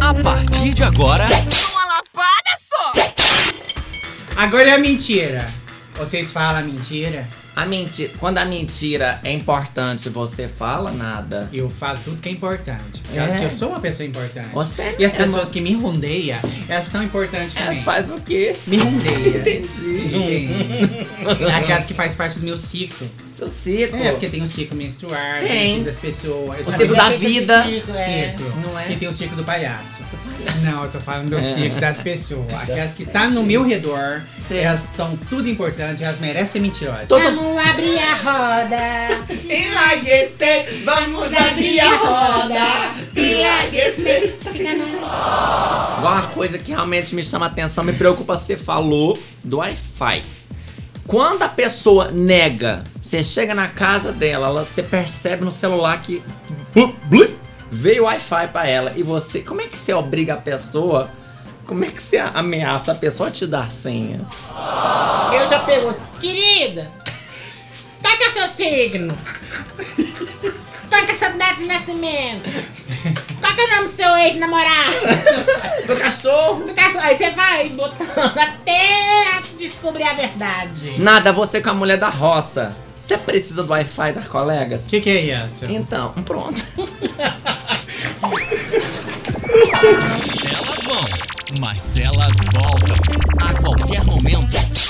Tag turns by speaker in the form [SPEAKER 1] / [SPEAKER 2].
[SPEAKER 1] A partir de agora,
[SPEAKER 2] Uma lapada só!
[SPEAKER 3] Agora é a mentira. Vocês falam mentira?
[SPEAKER 4] A mentira, quando a mentira é importante, você fala nada.
[SPEAKER 3] Eu falo tudo que é importante. Porque eu
[SPEAKER 4] É.
[SPEAKER 3] acho que eu sou uma pessoa importante.
[SPEAKER 4] Você
[SPEAKER 3] E as
[SPEAKER 4] mesmo.
[SPEAKER 3] pessoas que me rondeiam, elas são importantes
[SPEAKER 4] Elas
[SPEAKER 3] também.
[SPEAKER 4] É, faz o quê?
[SPEAKER 3] Me rondeiam.
[SPEAKER 4] Entendi.
[SPEAKER 3] Entendi. Aquelas que faz parte do meu ciclo.
[SPEAKER 4] Seu ciclo.
[SPEAKER 3] É, porque tem o ciclo menstrual, tem,
[SPEAKER 4] Tem.
[SPEAKER 3] o ciclo das pessoas. Eu
[SPEAKER 4] O
[SPEAKER 3] também
[SPEAKER 4] ciclo da
[SPEAKER 3] tenho
[SPEAKER 4] vida.
[SPEAKER 3] o ciclo.
[SPEAKER 4] Não é?
[SPEAKER 3] E tem o ciclo do palhaço. Não, eu tô falando do ciclo das pessoas. Aquelas que tá no meu redor,
[SPEAKER 4] Sim.
[SPEAKER 3] elas estão tudo importantes, elas merecem ser mentirosas.
[SPEAKER 4] Todo
[SPEAKER 5] Vamos abrir a roda.
[SPEAKER 4] Enlaguecer, vamos
[SPEAKER 5] abrir a roda,
[SPEAKER 4] enlaguecer. Uma coisa que realmente me chama a atenção, me preocupa, você falou do Wi-Fi. Quando a pessoa nega, você chega na casa dela, ela, você percebe no celular que blu- blu- veio Wi-Fi pra ela. E você, como é que você obriga a pessoa? Como é que você ameaça a pessoa a te dar a senha?
[SPEAKER 5] Eu já pergunto, querida, qual que é o seu signo? Qual que é a sua data de nascimento? Qual que é o nome do seu ex-namorado?
[SPEAKER 4] Do cachorro!
[SPEAKER 5] Qual que é a sua- Aí você vai botando até descobrir a verdade.
[SPEAKER 4] Nada, você com a mulher da roça. Você precisa do Wi-Fi das colegas?
[SPEAKER 3] O que, que é isso?
[SPEAKER 4] Então, pronto.
[SPEAKER 1] elas vão, mas elas voltam a qualquer momento.